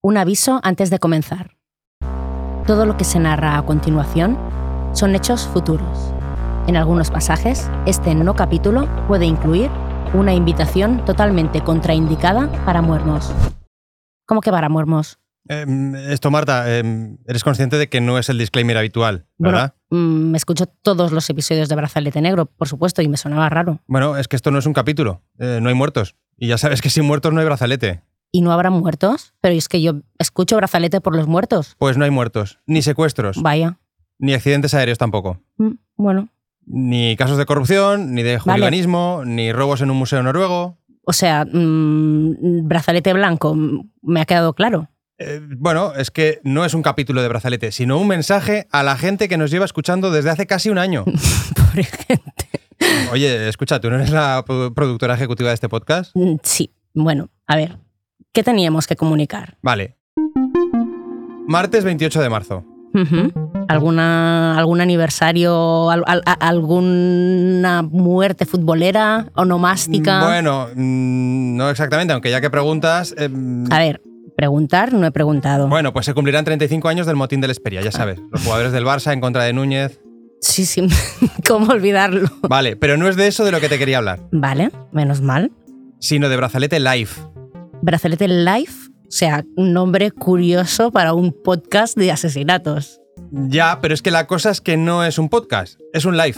Un aviso antes de comenzar. Todo lo que se narra a continuación son hechos futuros. En algunos pasajes, este no capítulo puede incluir una invitación totalmente contraindicada para muermos. ¿Cómo que para muermos? Em, esto, Marta, em, eres consciente de que no es el disclaimer habitual, ¿verdad? Mm, me escucho todos los episodios de Brazalete Negro, por supuesto, y me sonaba raro. Bueno, es que esto no es un capítulo. eh, no hay muertos. Y ya sabes que sin muertos no hay brazalete. ¿Y no habrá muertos? Pero es que yo escucho Brazalete por los muertos. Pues no hay muertos. Ni secuestros. Vaya. Ni accidentes aéreos tampoco. Mm, bueno, Ni casos de corrupción, ni de juliganismo, ni robos en un museo noruego. o sea, mm, Brazalete Blanco, mm, me ha quedado claro. Eh, bueno, es que no es un capítulo de brazalete, sino un mensaje a la gente que nos lleva escuchando desde hace casi un año. Pobre gente. Oye, escucha, ¿tú no eres la pro- productora ejecutiva de este podcast? Mm, Sí, bueno, a ver, ¿qué teníamos que comunicar? Vale. Martes 28 de marzo. Ujú. ¿Alguna, ¿Algún aniversario, al- al- a- alguna muerte futbolera, onomástica? Mm, Bueno, mm, no exactamente, aunque ya que preguntas. eh, A ver, preguntar no he preguntado. bueno, pues se cumplirán 35 años del motín del Esperia, ya sabes. Los jugadores del Barça en contra de Núñez. Sí, sí, ¿cómo olvidarlo? Vale, pero no es de eso de lo que te quería hablar, Vale, menos mal. sino de brazalete live. Brazalete Life, o sea, un nombre curioso para un podcast de asesinatos. Ya, pero es que la cosa es que no es un podcast, es un live.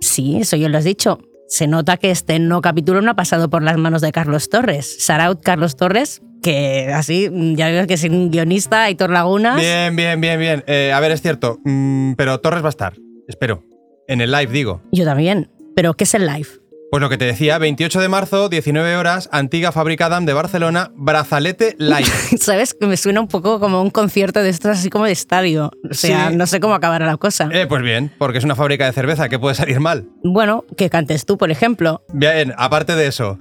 Sí, eso ya lo has dicho. Se nota que este no capítulo no ha pasado por las manos de Carlos Torres. Saraut Carlos Torres, que así, mm, ya veo que es un guionista, Aitor Lagunas. Bien, bien, bien, bien. Eh, a ver, es cierto, mm, pero Torres va a estar, espero. En el live, digo. Yo también. Pero ¿qué es el live? Pues lo que te decía, 28 de marzo, 19 horas, Antiga Fábrica Dam de Barcelona, brazalete live. ¿Sabes? Que me suena un poco como un concierto de estos así como de estadio. O sea, Sí. no sé cómo acabará la cosa. Eh, pues bien, porque es una fábrica de cerveza, ¿qué puede salir mal? Bueno, que cantes tú, por ejemplo. Bien, aparte de eso,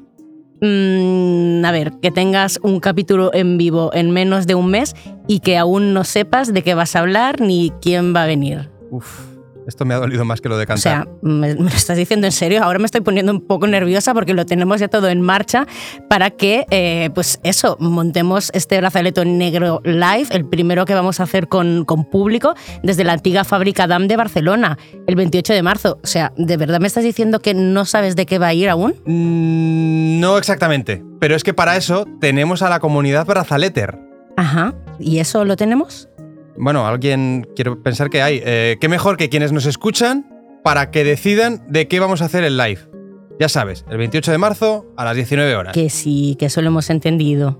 Mm, a ver, que tengas un capítulo en vivo en menos de un mes y que aún no sepas de qué vas a hablar ni quién va a venir. Uf, esto me ha dolido más que lo de O cantar. sea, ¿me, me lo estás diciendo en serio? Ahora me estoy poniendo un poco nerviosa porque lo tenemos ya todo en marcha para que, eh, pues eso, montemos este brazaleto negro live, el primero que vamos a hacer con, con público desde la antigua fábrica DAM de Barcelona, el 28 de marzo. O sea, ¿de verdad me estás diciendo que no sabes de qué va a ir aún? Mm, no exactamente, pero es que para eso tenemos a la comunidad Brazaleter. Ajá. ¿Y eso lo tenemos? Bueno, alguien, quiero pensar que hay. Eh, ¿Qué mejor que quienes nos escuchan para que decidan de qué vamos a hacer el live? Ya sabes, el 28 de marzo a las 19 horas. Que sí, que eso lo hemos entendido.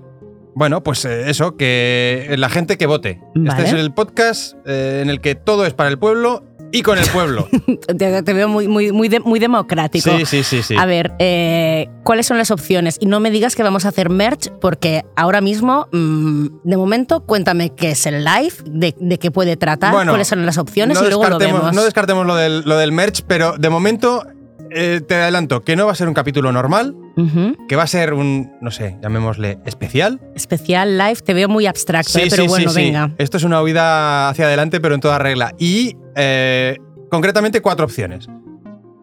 Bueno, pues eh, eso, que la gente que vote. Vale. Este es el podcast eh, en el que todo es para el pueblo y con el pueblo. Te, te veo muy, muy, muy, de- muy democrático. sí, sí, sí, sí. A ver, eh, ¿cuáles son las opciones? Y no me digas que vamos a hacer merch, porque ahora mismo, mm, de momento, cuéntame qué es el live, de, de qué puede tratar, Bueno, cuáles son las opciones y luego lo descartemos- vemos. no descartemos lo del, lo del merch, pero de momento eh, te adelanto que no va a ser un capítulo normal, Ujú. que va a ser un, no sé, llamémosle especial. Especial live, te veo muy abstracto, eh, pero bueno, venga. Esto es una huida hacia adelante, pero en toda regla. Y eh, concretamente cuatro opciones.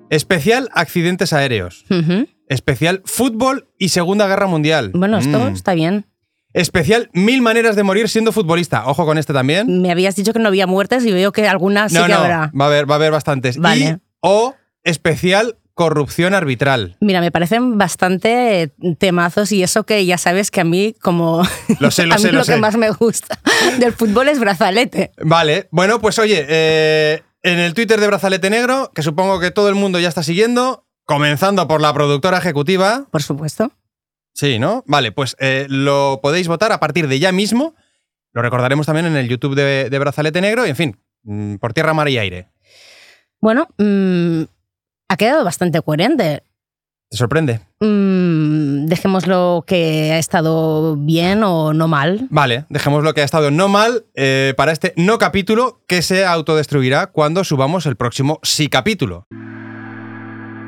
Especial accidentes aéreos. Ujú. Especial fútbol y Segunda Guerra Mundial. Bueno, esto Mm. está bien. Especial mil maneras de morir siendo futbolista. Ojo con este también. Me habías dicho que no había muertes y veo que algunas sí no, que no, habrá. va a haber, va a haber bastantes. Vale. Y- o especial corrupción arbitral. Mira, me parecen bastante eh, temazos y eso que ya sabes que a mí como Lo sé, a lo mí sé, lo lo que sé. más me gusta del fútbol es brazalete. Vale, bueno, pues oye, eh, en el Twitter de Brazalete Negro, que supongo que todo el mundo ya está siguiendo, comenzando por la productora ejecutiva, Por supuesto. sí, ¿no? Vale, pues eh, lo podéis votar a partir de ya mismo. Lo recordaremos también en el YouTube de, de Brazalete Negro y, en fin, mm, por tierra, mar y aire. Bueno, mm, ha quedado bastante coherente. ¿Te sorprende? Mm, dejémoslo que ha estado bien o no mal. Vale, dejemos lo que ha estado no mal eh, para este no capítulo que se autodestruirá cuando subamos el próximo sí capítulo.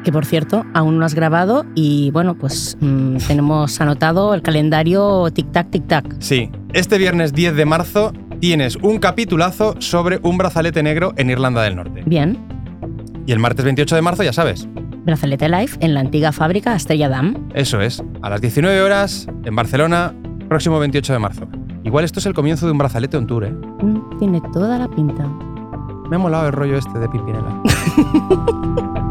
Que por cierto, aún no has grabado y bueno, pues mm, tenemos anotado el calendario tic-tac, tic-tac. Sí, este viernes 10 de marzo tienes un capitulazo sobre un brazalete negro en Irlanda del Norte. Bien, Y el martes 28 de marzo, ya sabes, Brazalete Life en la antigua fábrica Estrella Dam. eso es, a las 19 horas en Barcelona, próximo 28 de marzo. Igual esto es el comienzo de un brazalete on tour, ¿eh? Mm, Tiene toda la pinta. Me ha molado el rollo este de Pimpinela.